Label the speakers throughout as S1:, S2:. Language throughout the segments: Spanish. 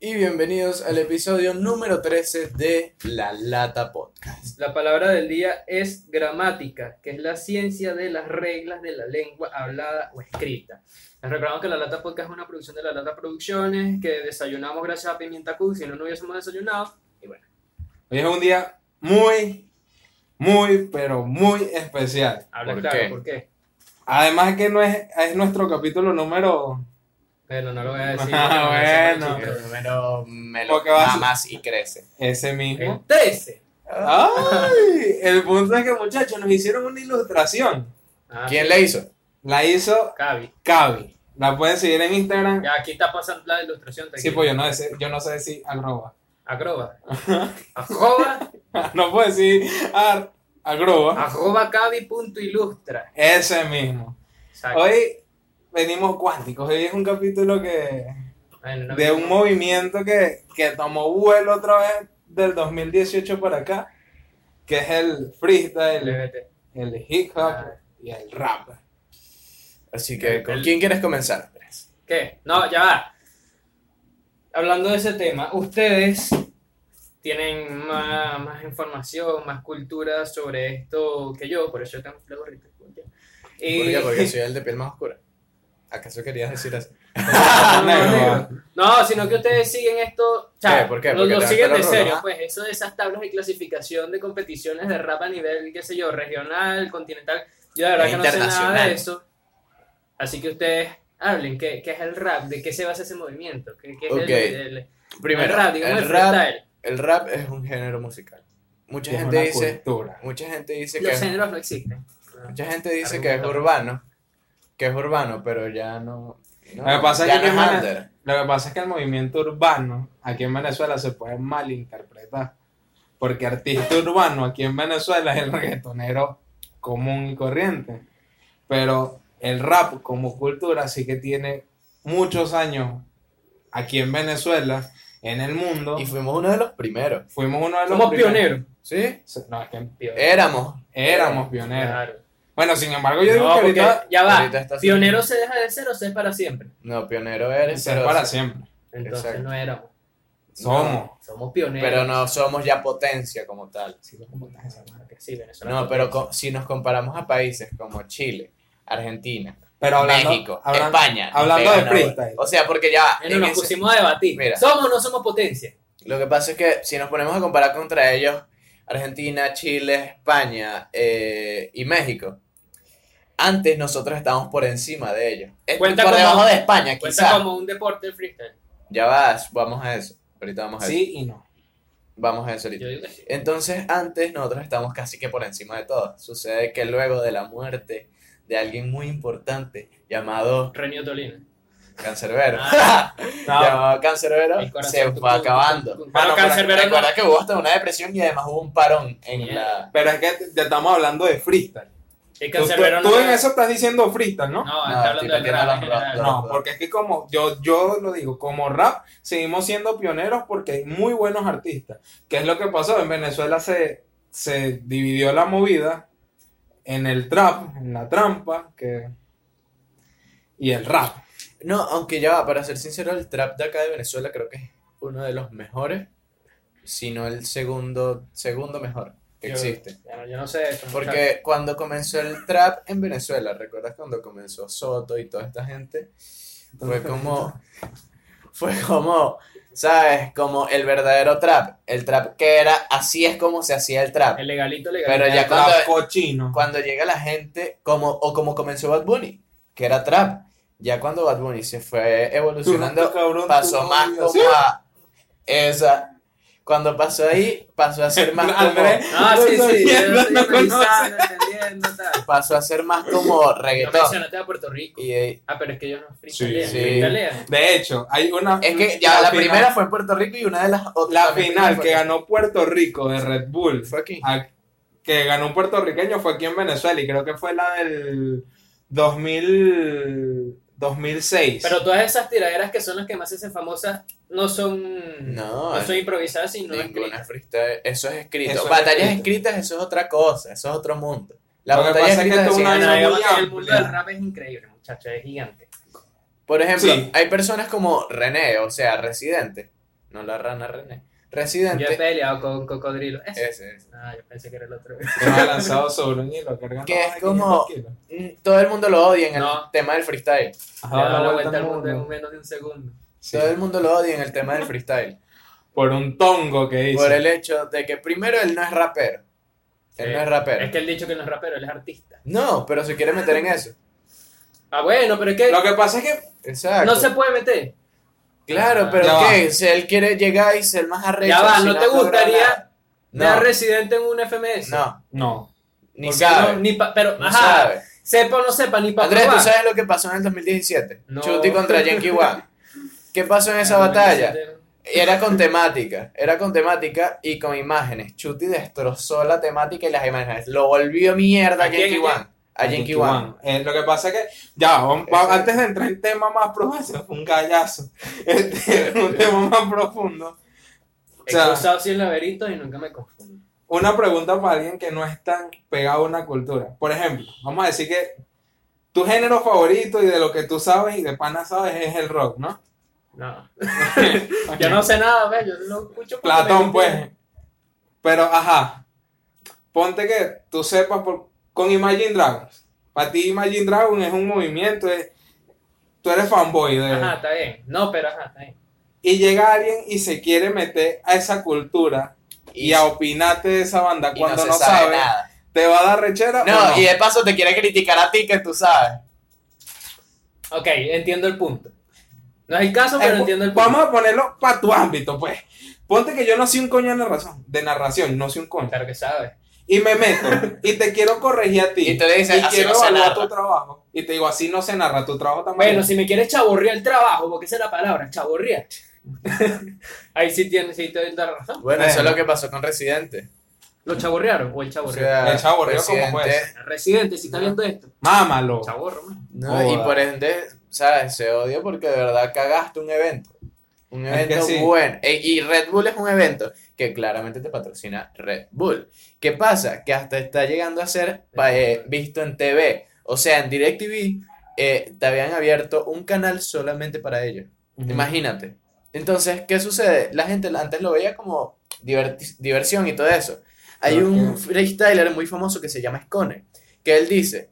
S1: y bienvenidos al episodio número 13 de La Lata Podcast.
S2: La palabra del día es gramática, que es la ciencia de las reglas de la lengua hablada o escrita. Les recordamos que La Lata Podcast es una producción de La Lata Producciones, que desayunamos gracias a Pimienta Q, si no, no hubiésemos desayunado. Y bueno,
S3: Hoy es un día muy, muy, pero muy especial.
S2: habla
S1: ¿Por
S2: claro,
S1: qué?
S2: ¿por qué?
S3: Además que no es, es nuestro capítulo número...
S2: Bueno, no lo voy a decir.
S3: Ah,
S2: no lo voy a decir,
S3: bueno.
S2: porque-
S1: Número me
S3: Porque va a ser-
S1: más y crece.
S3: Ese mismo.
S2: El 13.
S3: ¡Ay! El punto es que, muchachos, nos hicieron una ilustración.
S2: Ah,
S1: ¿Quién la hizo?
S3: La hizo
S2: Cavi.
S3: Cavi. La pueden seguir en Instagram.
S2: Ya, aquí está pasando la ilustración.
S3: Sí,
S2: tranquilo.
S3: pues yo no, sé, yo no sé si arroba.
S2: Arroba. Arroba.
S3: No puedo decir ar, arroba.
S2: Arroba Cavi punto ilustra.
S3: Ese mismo.
S2: Exacto.
S3: Hoy venimos cuánticos. Hoy es un capítulo que...
S2: Bueno, no
S3: de
S2: me-
S3: un movimiento que, que tomó vuelo otra vez del 2018 para acá, que es el freestyle,
S2: LGBT.
S3: el hip hop
S2: Ah.
S3: y el rap.
S1: Así que, ¿con
S2: El-
S1: quién quieres comenzar, Andrés?
S2: ¿Qué? No, ya va. Hablando de ese tema, ustedes tienen más, más información, más cultura sobre esto que yo, por eso yo tengo la gorrita. Y-
S1: ¿Por qué? Porque soy el de piel más oscura. ¿Acaso querías decir así?
S3: Negro.
S2: Ah, No, sino que ustedes siguen esto, o sea,
S1: ¿Qué? ¿Por qué?
S2: lo-
S1: Porque
S2: lo,
S1: te dan
S2: siguen de
S1: pelo rulo,
S2: serio,
S1: ¿ah?
S2: pues eso de esas tablas de clasificación de competiciones de rap a nivel, qué sé yo, regional, continental, yo de verdad
S1: E
S2: que no sé nada
S1: internacional.
S2: de eso, así que ustedes hablen, ¿qué, qué es el rap? ¿De qué se basa ese movimiento? ¿Qué, qué es
S1: Ok.
S2: el, el- el
S1: Primero,
S2: rap?
S1: el,
S2: Digamos el,
S1: rap,
S2: freestyle.
S1: el rap es un género musical. Mucha
S3: que es
S1: gente
S3: una
S1: dice,
S3: cultura.
S1: mucha gente dice que
S2: Los
S1: es-
S2: géneros no existen.
S1: Mucha gente dice que es
S2: Argumento.
S1: urbano, que es urbano, pero ya no. no,
S3: Lo que pasa es
S1: ya
S3: que
S1: no
S3: yo me-
S1: under.
S3: Lo que pasa es que el movimiento urbano aquí en Venezuela se puede malinterpretar, porque artista urbano aquí en Venezuela es el reggaetonero común y corriente, pero el rap como cultura sí que tiene muchos años aquí en Venezuela, en el mundo.
S1: Y fuimos uno de los primeros.
S3: Fuimos uno de los
S2: Somos
S3: primeros.
S2: pioneros.
S1: ¿Sí?
S3: No, es que
S2: Pioneros,
S1: Éramos.
S3: éramos pioneros.
S2: claro.
S3: Bueno, sin embargo, yo digo
S2: Ah. No,
S3: que
S2: porque
S3: ahorita
S2: ya va,
S1: ahorita está-
S2: pionero se deja de ser o se es para siempre,
S1: No, pionero eres.
S3: se
S1: pero-
S3: para siempre.
S2: entonces
S1: Exacto.
S2: no éramos,
S3: Somos.
S2: somos pioneros.
S1: Pero no somos ya potencia como tal.
S2: Claro que Sí, Venezuela.
S1: No, pero co- si nos comparamos a países como Chile, Argentina,
S3: Pero hablando,
S1: México,
S3: hablan-
S1: España. nos
S3: hablando
S1: pegan
S3: de
S1: ahora.
S3: freestyle.
S1: O sea, porque ya.
S2: Bueno,
S1: en
S2: nos
S1: ese-
S2: pusimos a debatir.
S1: Mira.
S2: ¿Somos o no somos potencia?
S1: Lo que pasa es que si nos ponemos a comparar contra ellos, Argentina, Chile, España eh, y México, antes nosotros estábamos por encima de ellos. Eh, Por
S2: Cuenta como-
S1: debajo de España,
S2: Cuenta
S1: quizás.
S2: Pues como un deporte el freestyle.
S1: Ya vas, vamos a eso. Ahorita vamos a eso.
S3: Sí y no.
S1: Vamos a eso
S2: Yo
S1: ahorita.
S2: digo que sí.
S1: Entonces, antes nosotros estábamos casi que por encima de todo. Sucede que luego de la muerte de alguien muy importante llamado
S2: Renio Tolina.
S1: Cancerbero,
S3: No,
S1: llamado Cancerbero,
S2: Ah, El corazón,
S1: se
S2: tum,
S1: fue
S2: tum,
S1: acabando. Ah,
S2: tum, tum.
S3: Bueno,
S2: Pero
S3: pero
S2: Cancerbero no.
S1: Recuerda que hubo hasta una depresión y además hubo un parón en la...
S3: pero es que ya estamos hablando de freestyle.
S2: El
S3: Tú,
S2: Cancerbero
S3: tú-
S2: no.
S3: tú en eso estás diciendo freestyle, ¿no?
S2: No,
S1: No,
S2: está
S1: estoy
S2: hablando del
S1: metiendo
S2: rap
S1: los
S2: en general.
S1: rostros.
S3: No, porque es que como yo, yo lo digo, como rap seguimos siendo pioneros porque hay muy buenos artistas. ¿Qué es lo que pasó? En Venezuela se, se dividió la movida en el trap, en la trampa, que y el rap.
S1: No, aunque ya va, para ser sincero, el trap de acá de Venezuela creo que es uno de los mejores, si no el segundo, segundo mejor que
S2: Yo-
S1: existe.
S2: Ya no- Yo no sé eso. muchacho.
S1: Porque cuando comenzó el trap en Venezuela, ¿recuerdas cuando comenzó Soto y toda esta gente? Fue como, fue como, ¿sabes? Como el verdadero trap, el trap que era, así es como se hacía el trap.
S2: El legalito,
S1: Pero
S2: legalito.
S1: ya
S3: el
S1: cuando-
S3: rap cochino.
S1: Cuando llega la gente, como, o como comenzó Bad Bunny, que era trap. Ya cuando Bad Bunny se fue evolucionando,
S3: Tú, cabrón,
S1: pasó
S3: tú,
S1: más
S3: no,
S1: como
S3: sí.
S1: a esa. Cuando pasó ahí, pasó a ser más como,
S3: Andrés,
S2: Ah, sí,
S3: no
S2: sí.
S3: entiendo,
S2: yo- yo
S3: no
S2: pensando,
S3: conoce.
S2: entendiendo, tal.
S1: pasó a ser más como
S2: No
S1: reggaetón.
S2: mencionaste a Puerto Rico.
S1: Y eh,
S2: Ah, pero es que ellos no freestylean.
S1: sí.
S2: freestylean.
S3: De hecho, hay una
S1: es que ya la,
S3: final-
S1: primera fue en Puerto Rico y una de las otras.
S3: la final que ganó Puerto Rico de Red Bull
S1: fue aquí.
S3: a- que ganó un puertorriqueño fue aquí en Venezuela y creo que fue la del 2000, 2006.
S2: Pero todas esas tiraderas que son las que más se hacen famosas no son.
S1: No, eh,
S2: son improvisadas, sino
S1: Ninguna
S2: escritas.
S1: es freestyle. Eso es escrito.
S3: Eso es
S1: Batallas
S3: escrito.
S1: escritas, eso es otra cosa. Eso es otro mundo. La
S3: Lo que
S1: batalla
S3: pasa es que
S1: escrita
S3: esto es
S1: decían
S3: una
S1: antes.
S3: vaina
S2: Navegamos
S3: muy
S2: en el mundo del
S3: amplia.
S2: rap es increíble, muchachos, es gigante.
S1: Por ejemplo,
S3: Sí.
S1: hay personas como René, o sea, Residente, No la rana René.
S2: Yo he
S1: Residente.
S2: peleado con cocodrilo. Ese.
S1: Ese, ese.
S2: Ah, yo pensé que era el otro.
S3: Que me ha lanzado sobre un hilo cargando.
S1: Que es
S3: más de
S1: como-
S3: 500 kilos.
S1: Mm, Todo el mundo lo odia en
S2: No.
S1: el tema del freestyle.
S3: Ajá,
S2: Le da la vuelta
S3: al
S2: al mundo en
S3: mundo.
S2: menos de un segundo.
S3: Sí.
S1: Todo el mundo lo odia en el tema del freestyle.
S3: Por un tongo que hizo.
S1: Por el hecho de que primero él no es rapero. Él
S2: Sí.
S1: no es rapero.
S2: Es que él dicho que no es rapero, él es artista.
S1: No, pero se quiere meter en eso.
S2: Ah, bueno, pero es que
S3: Lo que pasa es que.
S1: Exacto.
S2: no se puede meter.
S1: Claro, pero
S3: Ya
S1: ¿qué? Si él quiere llegar y ser más arrecho.
S2: Ya va,
S1: si
S2: ¿no te
S1: logra
S2: gustaría
S1: nada.
S2: Sea residente en un FMS.
S1: No, no,
S3: No.
S1: ni
S2: Porque
S1: sabe.
S2: no- ni pa- pero,
S1: ni
S2: ajá,
S1: sabe.
S2: sepa o no sepa, ni para
S1: Andrés, ¿tú sabes lo que pasó en el 2017?
S2: No.
S1: Chuti contra Yankee One. ¿Qué pasó en esa batalla? Era con temática, era con temática y con imágenes. Chuti destrozó la temática y las imágenes. Lo volvió mierda
S2: ¿A
S1: a
S2: quién,
S1: Yankee
S2: a quién?
S1: One. A Yankee One.
S3: One. Eh, lo que pasa es que. Ya, vamos- va-
S1: Ese-
S3: antes de entrar en tema más profundo, fue un gallazo. Este, un tema más profundo. O
S2: He
S3: sea-
S2: cruzado cien laberintos y nunca me confundo.
S3: Una pregunta para alguien que no es tan pegado a una cultura. Por ejemplo, vamos a decir que tu género favorito y de lo que tú sabes y de pana sabes es el rock, ¿no?
S2: No. Yo no sé nada, ve, yo lo escucho. porque
S3: Platón,
S2: me-
S3: pues. Pero, ajá. Ponte que tú sepas por- con Imagine Dragons. Para ti, Imagine Dragons es un movimiento. es- tú eres fanboy de.
S2: Ajá, está bien. No, pero ajá, está bien.
S3: Y llega alguien y se quiere meter a esa cultura y, a opinarte de esa banda
S1: y
S3: cuando no,
S1: se
S3: sabe.
S1: nada.
S3: ¿Te va a dar rechera? o
S1: No,
S3: no?
S1: y de paso te quiere criticar a ti que tú sabes.
S2: Ok, entiendo el punto. No es el caso,
S3: Eh,
S2: pero entiendo el punto.
S3: Vamos a ponerlo para tu ámbito, pues. Ponte que yo no soy un coño de narración, de narración, no soy un coño.
S2: Claro que sabes.
S3: y me meto y te quiero corregir a ti
S1: Y te dicen, "Así
S3: quiero
S1: no se
S3: evaluar
S1: narra".
S3: tu trabajo y te digo así no se narra tu trabajo también
S2: Bueno, si me quieres chaborrear el trabajo, porque esa es la palabra, chaborrear. Ahí sí tienes, sí te doy la razón.
S1: Bueno, eso es
S3: Bueno.
S1: lo que pasó con Residente.
S2: ¿Lo chaborrearon o el
S1: O
S2: chaborreo?
S1: sea,
S3: El chavo rió como
S1: Residente,
S3: juez.
S2: Residente, si está viendo esto,
S3: mámalo
S2: chaborro, man.
S1: no,
S3: Joda.
S1: y por ende, ¿sabes? Se odia porque de verdad cagaste un evento. Un
S3: Es que
S1: evento
S3: sí.
S1: bueno. E- y Red Bull es un evento que claramente te patrocina Red Bull. ¿Qué pasa? Que hasta está llegando a ser pa- eh, visto en TV. O sea, en DirecTV eh, te habían abierto un canal solamente para ellos. Imagínate. Entonces, ¿qué sucede? La gente antes lo veía como diverti- diversión y todo eso. Hay
S3: Claro,
S1: un
S3: claro.
S1: freestyler muy famoso que se llama Scone, que él dice,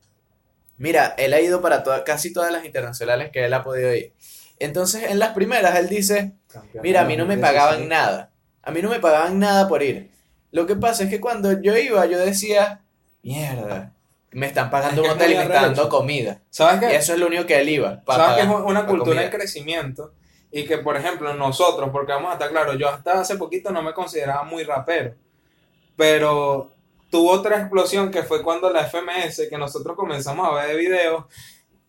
S1: mira, él ha ido para toda- casi todas las internacionales que él ha podido ir. Entonces, en las primeras, él dice, mira, a mí no me pagaban nada. A mí no me pagaban nada por ir. Lo que pasa es que cuando yo iba, yo decía, mierda, me están pagando
S3: Es
S1: un
S3: que es
S1: hotel y
S3: muy
S1: me están
S3: arrecho.
S1: dando comida.
S3: sabes
S1: Y
S3: qué?
S1: eso es lo único que él iba. pa
S3: sabes que es
S1: pagar
S3: una
S1: la
S3: cultura
S1: comida.
S3: en crecimiento y que por ejemplo nosotros porque vamos a estar claros yo hasta hace poquito no me consideraba muy rapero pero tuvo otra explosión que fue cuando la FMS que nosotros comenzamos a ver videos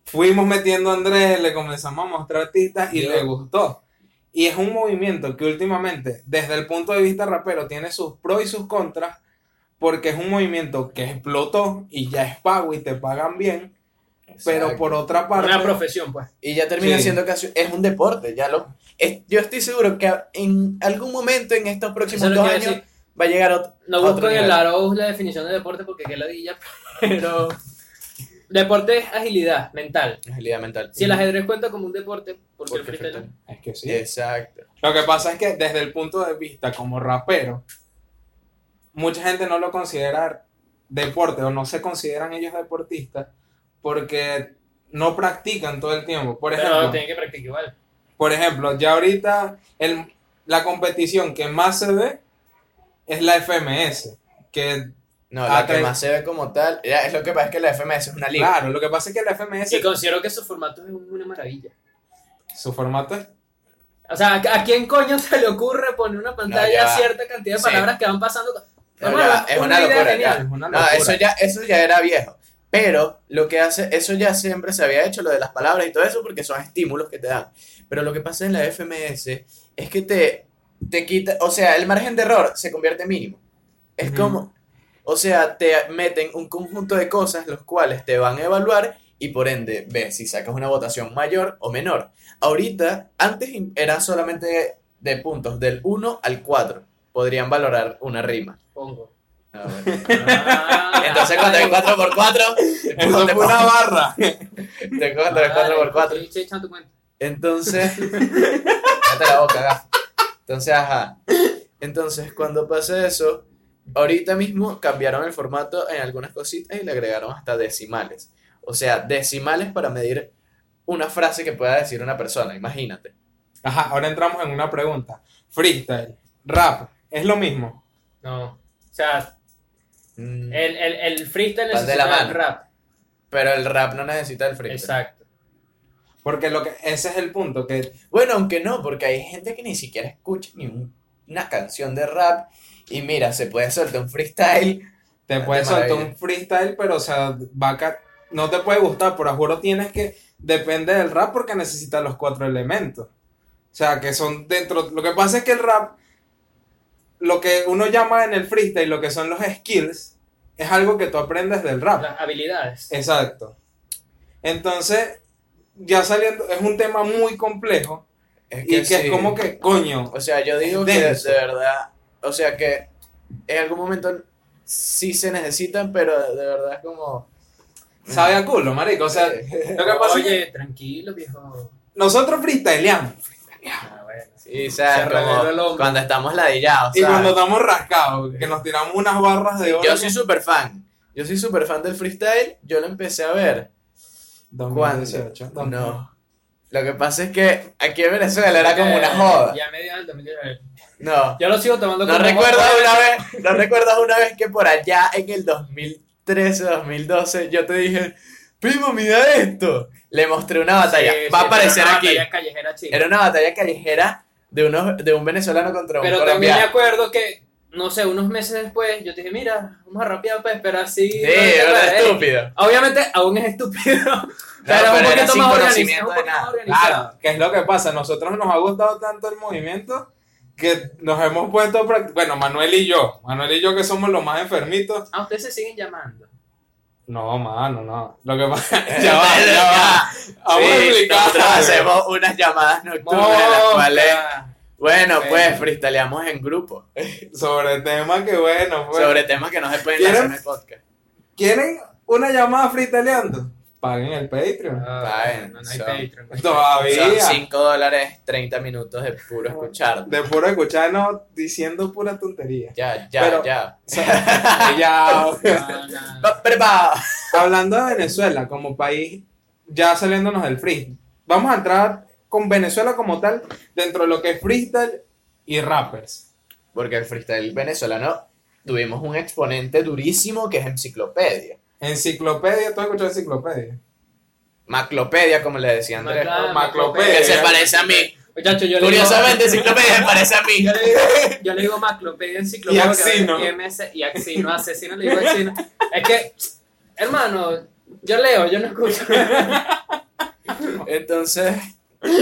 S3: fuimos metiendo a Andrés le comenzamos a mostrar artistas y
S1: Yo-
S3: le gustó Y es un movimiento que últimamente, desde el punto de vista rapero, tiene sus pros y sus contras, porque es un movimiento que explotó y ya es pago y te pagan bien, pero
S1: Exacto.
S3: por otra parte,
S2: Una profesión, pues.
S1: Y ya termina
S3: Sí.
S1: siendo casi. Es un deporte, ya lo. es- yo estoy seguro que en algún momento en estos
S2: Eso
S1: próximos
S2: es lo
S1: dos
S2: que
S1: años
S2: iba a
S1: va a llegar otro.
S2: No
S1: otro
S2: busco en
S1: nivel.
S2: el Arauz la definición de deporte porque qué ladilla, pero. Deporte es agilidad mental.
S1: Agilidad mental.
S2: Si el ajedrez cuenta como un deporte, ¿por qué el
S1: Porque
S2: freestyle no?
S1: afecta-
S3: es que sí.
S1: Exacto.
S3: Lo que pasa es que desde el punto de vista como rapero, mucha gente no lo considera deporte o no se consideran ellos deportistas porque no practican todo el tiempo. Por
S2: Pero
S3: ejemplo,
S2: tienen que practicar igual.
S3: Por ejemplo, ya ahorita el- la competición que más se ve es la FMS. Que,
S1: No,
S3: Ah,
S1: la que
S3: tres.
S1: más se ve como tal. ya, es lo que pasa es que la FMS es una liga.
S3: claro, lo que pasa es que la FMS,
S2: Y considero que su formato es una maravilla.
S3: su formato es.
S2: O sea, ¿a a quién coño se le ocurre poner una pantalla
S1: ya va.
S2: a cierta cantidad de
S1: Sí.
S2: palabras que van pasando?
S1: No,
S2: Hermano,
S1: ya va, es una
S2: idea
S1: locura,
S2: genial.
S3: es una
S1: No,
S3: locura.
S1: eso ya, eso ya era viejo. Pero lo que hace, eso ya siempre se había hecho, lo de las palabras y todo eso, porque son estímulos que te dan. Pero lo que pasa en la FMS es que te, te quita, o sea, el margen de error se convierte en mínimo. Es
S3: Ujú.
S1: como, o sea, te meten un conjunto de cosas los cuales te van a evaluar y por ende ves si sacas una votación mayor o menor. Ahorita, antes era solamente de, de puntos del 1 al 4. Podrían valorar una rima.
S2: Pongo.
S1: Ah, bueno.
S2: Ah,
S1: Entonces cuando es 4x4,
S3: Eso
S1: te
S3: fue una barra.
S1: te cuento es
S2: dale,
S1: 4x4.
S2: estoy echando cuenta.
S1: Entonces, cállate la boca, acá. Entonces, ajá. Entonces, cuando pasa eso, ahorita mismo cambiaron el formato en algunas cositas y le agregaron hasta decimales. O sea, decimales para medir una frase que pueda decir una persona, imagínate.
S3: Ajá, ahora entramos en una pregunta. Freestyle, rap, ¿es lo mismo?
S2: No. O sea,
S1: Mm,
S2: el, el, el freestyle
S1: Van de
S2: necesita
S1: la
S2: el
S1: mano.
S2: rap.
S1: Pero el rap no necesita el freestyle.
S2: Exacto.
S3: Porque lo que, ese es el punto, que
S1: Bueno, aunque no, porque hay gente que ni siquiera escucha ni un- una canción de rap y mira, se puede soltar un freestyle.
S3: te
S1: Qué
S3: puede soltar
S1: maravilla.
S3: un freestyle, pero o sea, va a ca- no te puede gustar, pero a juro tienes que, depende del rap porque necesita los cuatro elementos. O sea, que son dentro, lo que pasa es que el rap, lo que uno llama en el freestyle, lo que son los skills, es algo que tú aprendes del rap.
S2: Las habilidades.
S3: Exacto. Entonces, ya saliendo, es un tema muy complejo
S1: Es
S3: y que
S1: sí.
S3: es como que, coño,
S1: O sea, yo digo que
S3: denso.
S1: de verdad, o sea que en algún momento sí se necesitan, pero de verdad es como...
S3: sabe a culo, marico. O sea, lo que pasa es que
S2: Oye, tranquilo, viejo.
S3: nosotros freestyleamos
S2: Ah, bueno.
S1: Sí, ¿sabes?
S2: Se
S1: Como
S2: reveló el hombre.
S1: cuando estamos ladillados.
S3: y
S1: ¿sabes?
S3: cuando estamos rascados, que nos tiramos unas barras de oro.
S1: Yo soy súper fan. Yo soy súper fan del freestyle. Yo lo empecé a ver. ¿Cuándo?
S3: 2018.
S1: No. Lo que pasa es que aquí en Venezuela era como una joda.
S2: Ya media alta, media alta.
S1: No.
S2: Yo lo sigo tomando
S1: No
S2: como
S1: recuerdas
S2: joda. eh,
S1: una vez, no recuerdas una vez que por allá en el 2013, 2012 yo te dije, primo, mira esto. Le mostré una batalla.
S2: Sí,
S1: Va a
S2: sí,
S1: aparecer
S2: pero no,
S1: aquí.
S2: batalla callejera chica.
S1: Era una batalla callejera de unos de un venezolano contra un
S2: Pero también me
S1: colombiano.
S2: acuerdo que, no sé, unos meses después, yo te dije, mira, vamos a rapear, pues, pero así.
S1: Sí,
S2: no te
S1: era
S2: parece.
S1: estúpido.
S2: Obviamente, aún es estúpido. pero es
S1: pero
S2: un
S1: era
S2: poquito
S1: sin
S2: más
S1: conocimiento
S2: organizado. un
S1: de
S2: poquito
S1: nada.
S2: más organizado.
S3: Claro, que es lo que pasa. Nosotros nos ha gustado tanto el movimiento que nos hemos puesto, a practi- bueno, Manuel y yo, Manuel y yo que somos los más enfermitos.
S2: Ah, ustedes se siguen llamando.
S3: No, mano, no. Lo que pasa, ya va, ya va. Vamos a
S1: Sí,
S3: explicar.
S1: nosotros hacemos unas llamadas nocturnas en las cuales,
S2: Ah,
S1: bueno,
S2: Sí.
S1: pues freestaleamos en grupo
S3: Sobre temas que bueno, pues.
S1: sobre temas que no se pueden
S3: ¿Quieren?
S1: hacer en el podcast.
S3: ¿Quieren una llamada fritaleando? Paguen el Patreon.
S2: Ah,
S1: Está bien,
S2: no, no hay
S1: so-
S2: Patreon.
S1: Son
S3: Todavía.
S1: 5 dólares 30 minutos de puro escuchar.
S3: De puro escucharnos diciendo pura tontería.
S1: Ya, ya,
S3: Pero-
S1: ya.
S3: O sea, ya,
S2: No, no, no.
S1: Va, prepa.
S3: hablando de Venezuela como país, ya saliéndonos del freestyle. Vamos a entrar con Venezuela como tal dentro de lo que es freestyle y rappers.
S1: Porque el freestyle venezolano tuvimos un exponente durísimo que es enciclopedia.
S3: Enciclopedia, ¿tú has escuchado enciclopedia?
S1: Maclopedia, como le decía Andrés.
S2: Macla-
S3: Maclopedia.
S1: Que se parece a mí.
S2: Muchacho, yo le digo-
S1: Curiosamente, enciclopedia se parece a mí.
S2: Yo le digo, yo le digo maclopedia, enciclopedia,
S3: Y axino.
S2: porque- y MS, y axino, asesino, le digo axino. Es que, hermano, yo leo, yo no escucho.
S1: Entonces,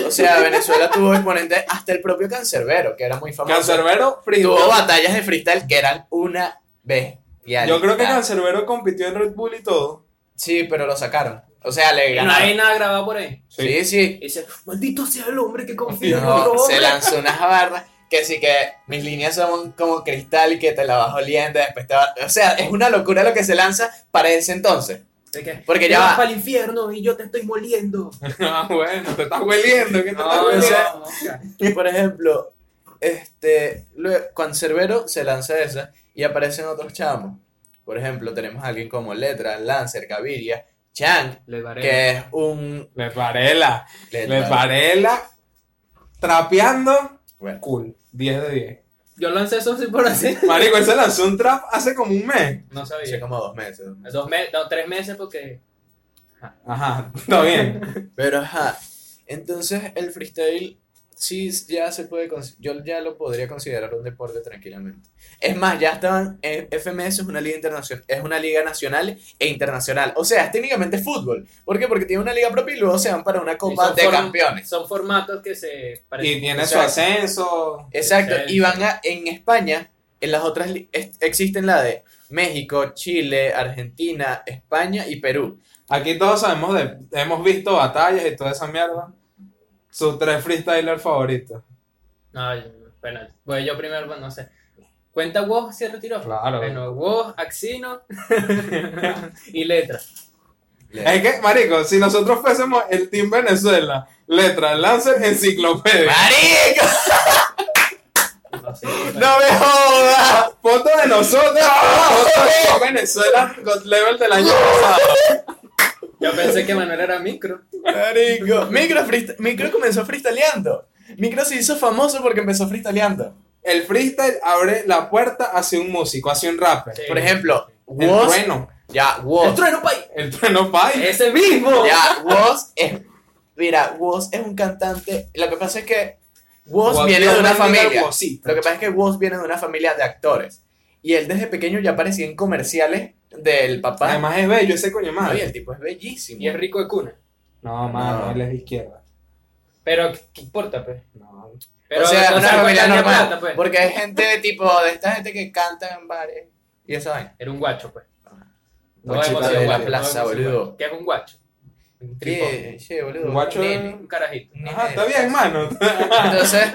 S1: o sea, Venezuela tuvo exponentes hasta el propio Cancerbero, que era muy famoso.
S3: Cancerbero,
S1: Tuvo
S3: freestyle.
S1: batallas de freestyle que eran una bestialidad.
S3: Yo creo que Cancerbero compitió en Red Bull y todo.
S1: Sí, pero lo sacaron. O sea, le
S2: No
S1: ganaron.
S2: hay nada grabado por ahí.
S1: Sí, sí.
S2: Y dice, maldito sea el hombre que confía en otro
S1: No,
S2: hombre.
S1: se lanzó unas barras que sí que mis líneas son como cristal que te la vas oliendo después te va... O sea, es una locura lo que se lanza para ese entonces.
S2: De que,
S1: Porque
S2: "Te
S1: ya
S2: vas
S1: va.
S2: para el infierno y yo te estoy moliendo.
S3: Ah, bueno, te estás hueliendo, ¿qué te
S2: No,
S3: estás
S2: no,
S3: hueliendo?
S2: no, Oscar.
S1: Y por ejemplo, este, luego, Cancerbero se lanza esa y aparecen otros chamos. Por ejemplo, tenemos a alguien como Letra, Lancer, Gaviria, Chang,
S2: Le daré.
S1: que es un...
S3: Le parela. Le
S1: Letra.
S3: parela. Trapeando.
S1: Bueno,
S3: Cool. 10 de 10.
S2: Yo lancé eso así por así.
S3: Marico, él se lanzó un trap hace como un mes.
S2: No
S1: hace
S2: sabía.
S1: como dos meses.
S2: Dos meses, no, tres meses porque...
S3: Ajá, está bien.
S1: Pero ajá, entonces el freestyle sí ya se puede, cons- yo ya lo podría considerar un deporte tranquilamente. Es más, ya estaban, eh, FMS es una liga internacional, es una liga nacional e internacional. O sea, es técnicamente fútbol. ¿Por qué? Porque tiene una liga propia y luego se van para una copa
S2: son
S1: de
S2: form-
S1: campeones.
S2: Son formatos que se parecen.
S3: Y tiene su
S1: Exacto.
S3: ascenso.
S1: Exacto,
S2: Exacto.
S1: y van a, en España, en las otras, li- es- existen la de México, Chile, Argentina, España y Perú.
S3: Aquí todos sabemos de. Hemos visto batallas y toda esa mierda. Sus tres freestylers favoritos.
S2: No, yo- bueno, voy yo primero, bueno, no sé. ¿Cuenta Woz si retiró?
S3: Claro.
S2: Bueno, Woz, Axino y Letra.
S3: Es que, Marico, si nosotros fuésemos el
S1: Ah.
S3: Team Venezuela, letra, lancer, enciclopedia.
S1: ¡Marico!
S2: así.
S1: ¡No me jodas!
S3: Foto de nosotros.
S1: Ah.
S3: Foto de Venezuela God Level del año pasado.
S2: Yo pensé que Manuel era micro.
S1: Marico. Micro, freest- Micro comenzó freestyleando. Micro se hizo famoso porque empezó freestyleando.
S3: El freestyle abre la puerta hacia un músico, hacia un rapper.
S2: Sí.
S1: Por ejemplo,
S3: El
S1: Woz.
S3: trueno.
S1: Ya,
S2: ¡El
S1: Woz.
S2: trueno pay!
S3: El trueno
S1: Eh,
S3: pai.
S2: ¡Ese mismo!
S1: Ya, Woz es. Mira, Woz es un cantante. Lo que pasa es que Woz
S3: Guau,
S1: viene de una
S3: Guau,
S1: familia.
S3: Guosita.
S1: Lo que pasa es que Woz viene de una familia de actores. Y él desde pequeño ya aparecía en comerciales del papá.
S3: Además es bello ese
S1: No,
S3: coño
S1: y
S3: madre.
S1: el tipo es bellísimo.
S2: Y es rico de cuna.
S3: No, mano,
S1: No.
S3: él es de izquierda.
S2: Pero, ¿qué importa, pues?
S3: No.
S2: Pero,
S1: o sea, una familia
S2: tenía
S1: normal.
S2: plata, pues.
S1: Porque hay gente de tipo, de esta gente que canta en bares. Y esa vaina.
S2: Era un guacho, pues. Todos
S1: Guachito
S2: hemos sido
S1: de la
S2: guachos,
S1: plaza,
S2: todos hemos sido
S1: boludo.
S2: guachos. ¿Qué es un guacho? Un tripón.
S1: Sí, sí, boludo.
S3: Guacho-
S1: nene.
S2: Un carajito.
S3: Ajá, está bien, mano.
S1: Entonces,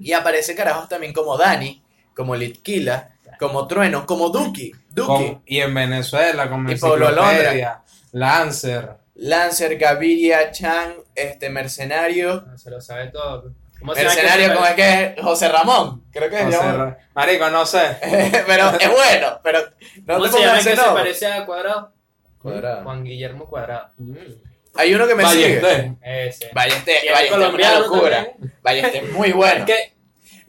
S1: y aparece carajos también como Dani, como Litquila, como Trueno, como Duki, Duki,
S3: Con- y en Venezuela, con
S1: Y Pablo
S3: Enciclopedia, Lancer.
S1: Lancer, Gaviria, Chan, este mercenario,
S2: Se lo sabe todo. pues. ¿Cómo se llama que
S1: mercenario
S2: se-
S1: como es que es José Ramón, creo que es
S3: no sé,
S1: llamado.
S3: ra- Marico, no sé.
S1: pero es bueno, pero no
S2: ¿Cómo
S1: te
S2: se llama
S1: pongas
S2: que
S1: ese
S2: se
S1: nombre.
S2: parece a Cuadrado?
S1: Cuadrado.
S2: Juan Guillermo Cuadrado.
S1: Mm. Hay uno que me sigue.
S3: Ballester.
S2: Ese.
S1: Ballester,
S2: Y el
S1: Ballester es una
S2: colombiano
S1: locura.
S2: también.
S1: Ballester es muy bueno.
S2: ¿Qué?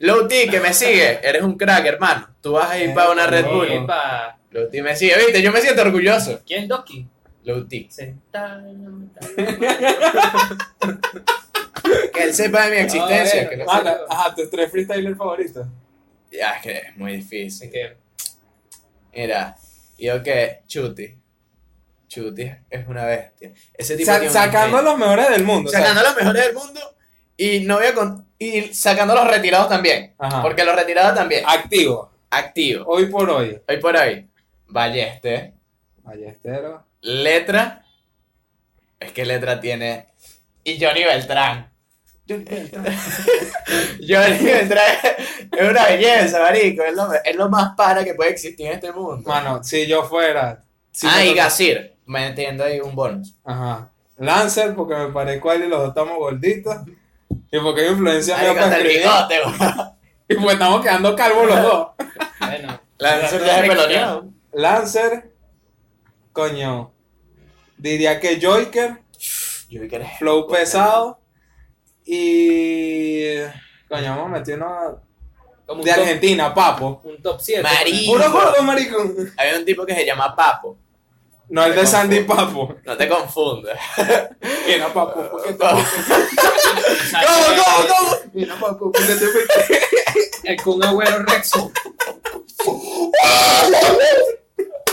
S1: Low T, que me sigue, eres un crack, hermano. Tú vas a ir
S2: Eh,
S1: para una Red Bull.
S3: Bueno.
S2: Epa.
S1: Low T me sigue, viste, yo me siento orgulloso.
S2: ¿Quién Doki?
S1: Low T.
S2: Sentada en la montaña.
S1: Que él sepa de mi existencia.
S2: Ah,
S1: que no
S2: bueno.
S1: sepa.
S3: Mano, Ajá, tus tres freestylers favoritos.
S1: Ya, es que es muy
S2: Así
S1: difícil.
S2: que,
S1: Mira, yo que Chuti. Chuti es una bestia. Ese tipo
S3: Sa-
S1: tiene un
S3: sacando
S1: genio.
S3: los mejores del mundo. o sea,
S1: sacando los mejores del mundo y no voy a con- y sacando los retirados también.
S3: Ajá.
S1: Porque los retirados también.
S3: Activo.
S1: Ah. Activo.
S3: Hoy por hoy.
S1: Hoy por hoy. Balleste.
S3: Ballestero.
S1: Letra. Es que letra tiene. Y Johnny Beltrán. Johnny Beltrán es una belleza, marico. Es lo, es lo más para que puede existir en este mundo.
S3: Mano, si yo fuera. si
S1: ah,
S3: me
S1: y
S3: toca-
S1: Gasir. Me entiendo ahí un bonus.
S3: Ajá. Lancer, porque me parezco a él y los dos estamos gorditos. Y porque hay influencia
S1: Ahí
S3: mía para
S1: con el
S3: escribir.
S1: bigote, weón.
S3: Y pues estamos quedando calvos los dos.
S2: bueno.
S1: Lancer ya es peloneado.
S3: Lancer, coño. Diría que Joker,
S1: Yo vi que eres-
S3: Flow pesado. Y. Coño, vamos a meter uno
S2: Como un
S3: de
S2: top-
S3: Argentina, papo.
S2: Un top 7.
S1: Marico.
S3: Puro gordo, maricón.
S1: Había un tipo que se llama Papo.
S3: No, el de Sandy Papo.
S1: No te confundas.
S3: Mira, Papo, ¿por qué te-
S1: Ah, ¿Cómo, cómo, cómo?
S3: Mira, Papo, ¿por qué te-
S2: El Kun Agüero Rexo.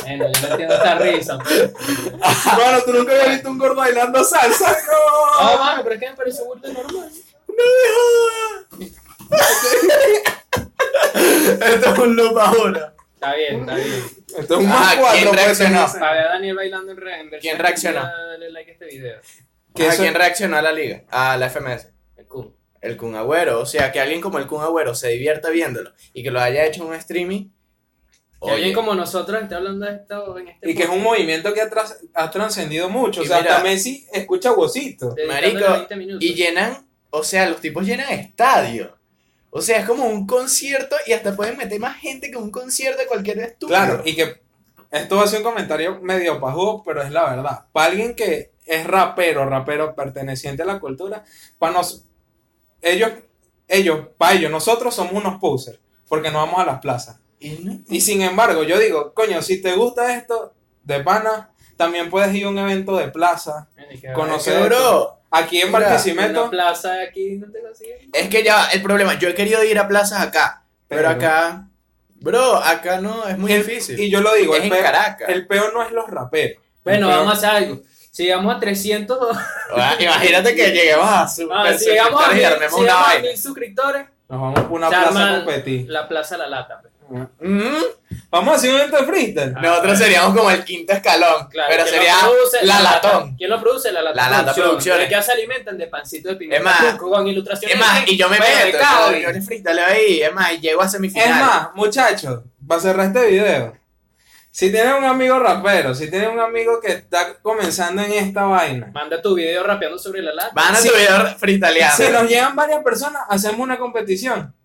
S2: bueno, yo no entiendo esta risa. pero-
S3: Mano, tú nunca habías visto un gordo bailando salsa.
S2: No,
S3: No,
S2: mano, pero es que me parece burda normal.
S3: Ah,
S1: No me jodas. Esto es un loop ahora.
S2: Está bien, está bien.
S3: Esto es un
S1: Ah,
S3: más
S1: ¿quién
S3: cuatro, pues,
S1: reaccionó?
S3: no sé.
S2: Para ver a Daniel bailando en, re en versión
S1: ¿Quién reaccionó?
S2: argentina, Dale like a este video.
S3: Que
S1: ¿A
S3: eso-
S1: quién reaccionó a la liga? A la FMS.
S2: El Kun.
S1: El Kun Agüero. O sea, que alguien como el Kun Agüero se divierta viéndolo y que lo haya hecho en un streaming.
S2: Que alguien como nosotros está hablando de esto en este
S3: Y que es un movimiento que ha, tras- ha trascendido mucho.
S1: Y
S3: o sea,
S1: mira-
S3: hasta Messi escucha vocito.
S2: dedicándole
S1: marico,
S2: 20 minutos.
S1: Y llenan, o sea, los tipos llenan estadio. O sea, es como un concierto y hasta pueden meter más gente que un concierto de cualquier estudio.
S3: Claro, y que esto va a ser un comentario medio pajudo, pero es la verdad. Para alguien que es rapero, rapero perteneciente a la cultura, para nos, ellos, ellos, para ellos, nosotros somos unos posers, porque no vamos a las plazas.
S1: Y no-
S3: Y sin embargo, yo digo, coño, si te gusta esto, de pana, también puedes ir a un evento de plaza.
S2: Ay, qué
S3: conocer-
S2: barbaridad.
S1: Es que, bro,
S3: Aquí en
S1: Mira,
S2: Una
S3: Barquisimeto,
S2: plaza aquí no te consigues.
S1: es que ya, el problema, yo he querido ir a plazas acá, pero,
S3: Pero-
S1: acá, bro, acá no, es muy
S3: El-
S1: difícil.
S3: y yo lo digo,
S1: es
S3: el
S1: en
S3: peor,
S1: Caracas.
S3: el peor no es los raperos.
S2: Bueno,
S3: El peor-
S2: vamos a hacer algo. Si llegamos a 300,
S1: Ah, Imagínate que lleguemos a su
S2: ah, si llegamos a
S1: suscriptores y
S2: 1000 si
S1: armemos una
S2: llegamos a
S1: vaina.
S2: 1000 suscriptores,
S3: Nos vamos por una
S2: Se
S3: plaza
S2: arma-
S3: a competir.
S2: la plaza La Lata. pues.
S1: Ujú.
S3: Vamos a hacer un evento de freestyle.
S1: Ah. Nosotros seríamos como el quinto escalón,
S2: Claro,
S1: pero
S2: ¿quién lo
S1: sería
S2: produce?
S1: la latón.
S2: ¿Quién lo produce? La Lata
S1: La Lata Producciones.
S2: ¿De qué se alimentan? De pancito de pimienta.
S1: Es más,
S2: con- con ilustraciones.
S1: Es más, y yo me
S2: Bueno, de
S1: meto,
S2: cada
S1: yo-
S2: uno.
S1: yo le freestyleo ahí, es más, y llego a
S3: Es
S1: semifinales.
S3: más, muchachos, para cerrar este video, si tienen un amigo rapero, si tienen un amigo que está comenzando en esta vaina,
S2: Manda tu video rapeando sobre La Lata.
S1: van a
S3: Sí.
S1: subir freestyleando.
S3: si nos llegan varias personas, hacemos una competición.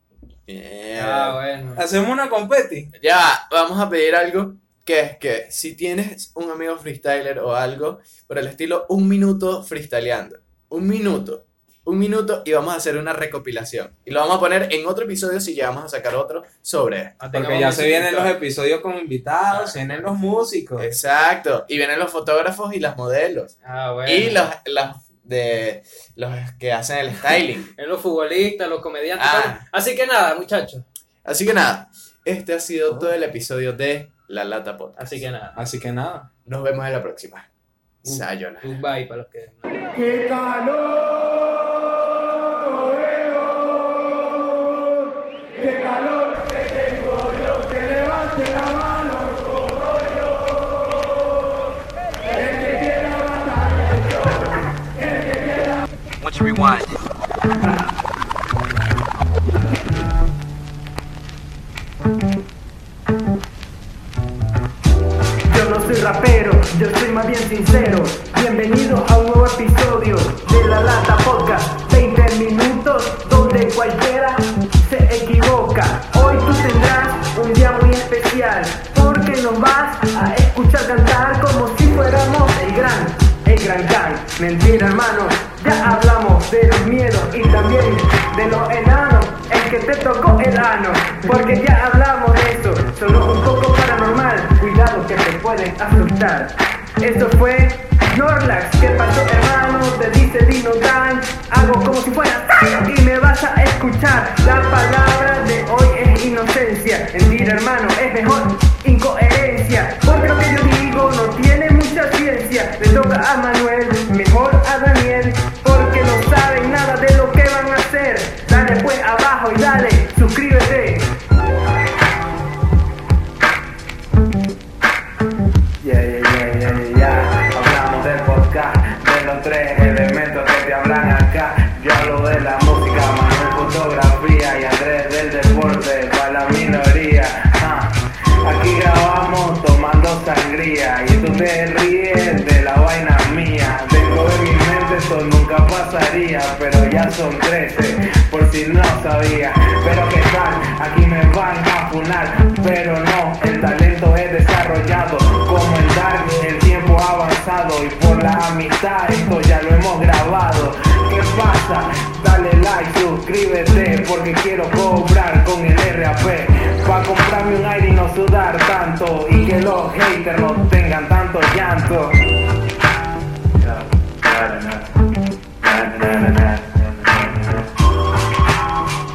S1: Mierda.
S2: Ah, bueno.
S3: Hacemos una competi.
S1: Ya, vamos a pedir algo que es que si tienes un amigo freestyler o algo por el estilo, un minuto freestyleando. Un minuto. Un minuto y vamos a hacer una recopilación. Y lo vamos a poner en otro episodio si llegamos a sacar otro sobre esto.
S2: Ah,
S3: Porque
S2: tengamos
S3: ya se vienen los
S2: musiquita.
S3: episodios con invitados, se vienen los músicos.
S1: Exacto. Y vienen los fotógrafos y las modelos.
S2: Ah, bueno.
S1: Y los, los de los que hacen el styling.
S2: En los futbolistas, los comediantes.
S1: Ah.
S2: tal. Así que nada, muchachos.
S1: Así que nada, este ha sido todo el episodio de La Lata Podcast.
S2: Así que nada.
S3: Así que nada.
S1: Nos vemos en la próxima. Sayonara.
S2: Goodbye para los que.
S4: ¡Qué calor! Oreo! ¡Qué calor que tengo yo! ¡Que levante la mano! Oreo! ¡El que quiera matar!
S5: Once you rewind.
S4: Yo no soy rapero, yo soy más bien sincero. Bienvenido a un nuevo episodio de La Lata Podcast. 20 minutos donde cualquiera se equivoca. Hoy tú tendrás un día muy especial porque nos vas a escuchar cantar como si fuéramos el gran, el gran Kai. Mentira, hermano, ya hablamos de los miedos y también de los enanos. El que te tocó el ano, porque ya hablamos de eso. Solo un poco paranormal, cuidado que te pueden asustar. Esto fue Norlax, ¿qué pasó hermano? Te dice Dino Dan, hago como si fuera Zion y me vas a escuchar. La palabra de hoy es inocencia, mentira hermano, es mejor incoherencia. Porque lo que yo digo no tiene mucha ciencia. Le toca a Manuel, mejor a Daniel, porque no saben nada de lo que van a hacer. Dale pues abajo y dale, suscríbete. Yeah, yeah, yeah, yeah, yeah, yeah. Hablamos del podcast, de los tres elementos que te hablan acá. Yo hablo de la música, Manuel fotografía y Andrés del deporte para la minoría. Ah, Aquí grabamos tomando sangría y tú te ríes de la vaina mía. Tengo en mi mente eso nunca pasaría, pero ya son 13, por si no sabía. Pero que tal, aquí me van a funar, pero no, el talento es desarrollado como el dark, el tiempo ha avanzado y por la amistad esto ya lo hemos grabado. ¿Qué pasa? Dale like, suscríbete porque quiero cobrar con el RAP. Pa' comprarme un aire y no sudar tanto y que los haters no tengan tanto llanto.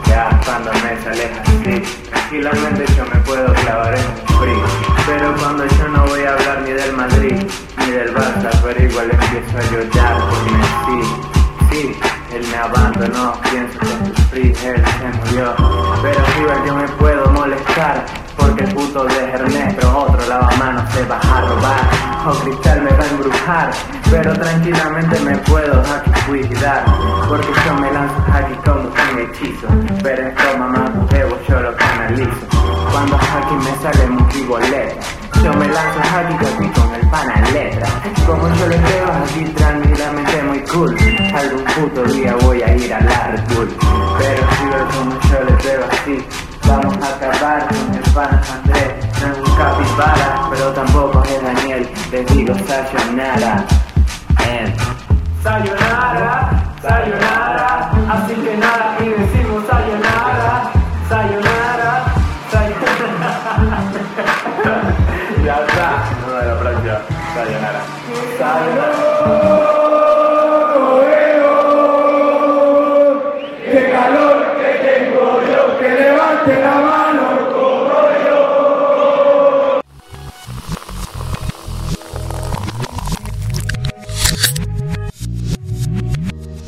S4: Ya cuando me sale así, tranquilamente yo me puedo clavar en un free. Pero cuando yo no voy a hablar ni del Madrid, ni del Barça, pero igual empiezo a llorar porque sí, sí, él me abandonó, pienso que su free, él se murió. Pero igual yo me puedo molestar, porque el puto de Ernesto, otro lavamanos se va a robar, o cristal me va a embrujar, pero tranquilamente me puedo aquí cuidar, porque yo me lanzo aquí como un hechizo, pero esto mamá bebo yo lo canalizo, cuando aquí me sale multiboleta, yo me lanzo aquí aquí con el pana letra, como yo le creo aquí tranquilamente muy cool, algún puto día voy a ir a la Red Bull, pero si veo como yo le creo así, Vamos a acabar con el pan Andrés, no es un capibara, pero tampoco es Daniel, les digo sayonara. And-
S6: Sayonara, sayonara, así que nada y decimos sayonara, sayonara, sayonara.
S4: Ya está, nos vemos la próxima. Sayonara. Sayonara.